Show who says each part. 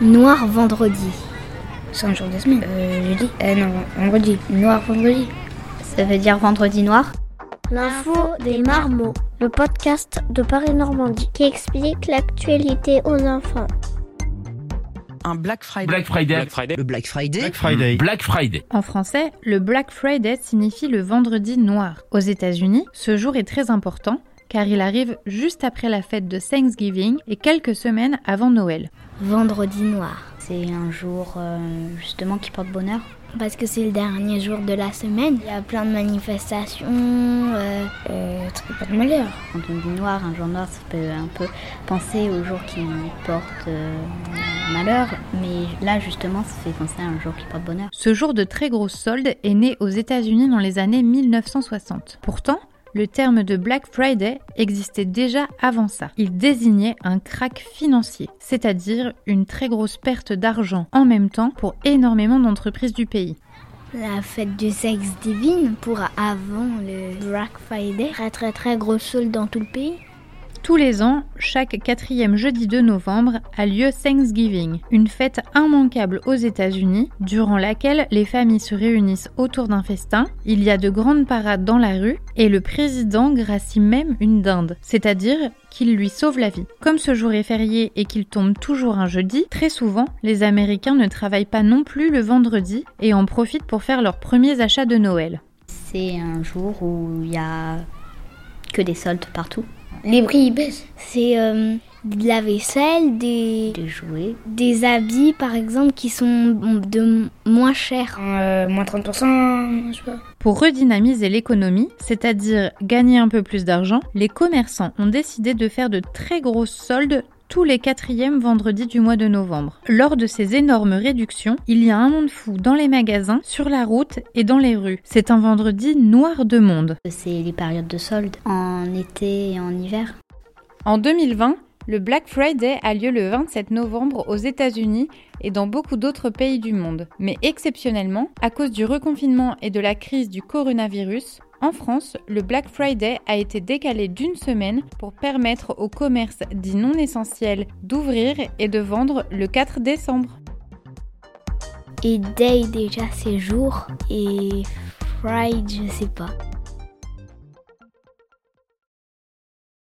Speaker 1: Noir vendredi. C'est un jour de semaine. Euh, jeudi. Euh, non, vendredi. Noir vendredi.
Speaker 2: Ça veut dire vendredi noir
Speaker 3: L'info des marmots, le podcast de Paris Normandie qui explique l'actualité aux enfants.
Speaker 4: un Black Friday.
Speaker 5: Black Friday.
Speaker 6: Black Friday.
Speaker 7: Le Black Friday.
Speaker 5: Black Friday. Black Friday.
Speaker 8: En français, le Black Friday signifie le vendredi noir. Aux États-Unis, ce jour est très important car il arrive juste après la fête de Thanksgiving et quelques semaines avant Noël.
Speaker 1: Vendredi noir.
Speaker 2: C'est un jour euh, justement qui porte bonheur.
Speaker 1: Parce que c'est le dernier jour de la semaine. Il y a plein de manifestations, euh, euh, trucs pas de malheur.
Speaker 2: Quand on dit noir, un jour noir, ça peut un peu penser au jour qui porte euh, malheur. Mais là justement, ça fait penser à un jour qui porte bonheur.
Speaker 8: Ce jour de très grosse solde est né aux États-Unis dans les années 1960. Pourtant, le terme de Black Friday existait déjà avant ça. Il désignait un crack financier, c'est-à-dire une très grosse perte d'argent en même temps pour énormément d'entreprises du pays.
Speaker 1: La fête du sexe divine pour avant le Black Friday.
Speaker 3: Très très très gros solde dans tout le pays.
Speaker 8: Tous les ans, chaque quatrième jeudi de novembre a lieu Thanksgiving, une fête immanquable aux États-Unis, durant laquelle les familles se réunissent autour d'un festin, il y a de grandes parades dans la rue, et le président gracie même une dinde, c'est-à-dire qu'il lui sauve la vie. Comme ce jour est férié et qu'il tombe toujours un jeudi, très souvent, les Américains ne travaillent pas non plus le vendredi et en profitent pour faire leurs premiers achats de Noël.
Speaker 2: C'est un jour où il y a que des soldes partout,
Speaker 1: Les prix ils baissent. C'est euh, de la vaisselle, des,
Speaker 2: des jouets.
Speaker 1: des habits par exemple qui sont de moins cher. euh, moins 30%, je sais pas.
Speaker 8: Pour redynamiser l'économie, c'est-à-dire gagner un peu plus d'argent, les commerçants ont décidé de faire de très grosses soldes tous les quatrièmes vendredis du mois de novembre. Lors de ces énormes réductions, il y a un monde fou dans les magasins, sur la route et dans les rues. C'est un vendredi noir de monde.
Speaker 2: C'est les périodes de soldes en été et en hiver.
Speaker 8: En 2020, le Black Friday a lieu le 27 novembre aux États-Unis et dans beaucoup d'autres pays du monde. Mais exceptionnellement, à cause du reconfinement et de la crise du coronavirus, en France, le Black Friday a été décalé d'une semaine pour permettre aux commerces dits non essentiels d'ouvrir et de vendre le 4 décembre.
Speaker 1: Et day déjà c'est jour et Friday je sais pas.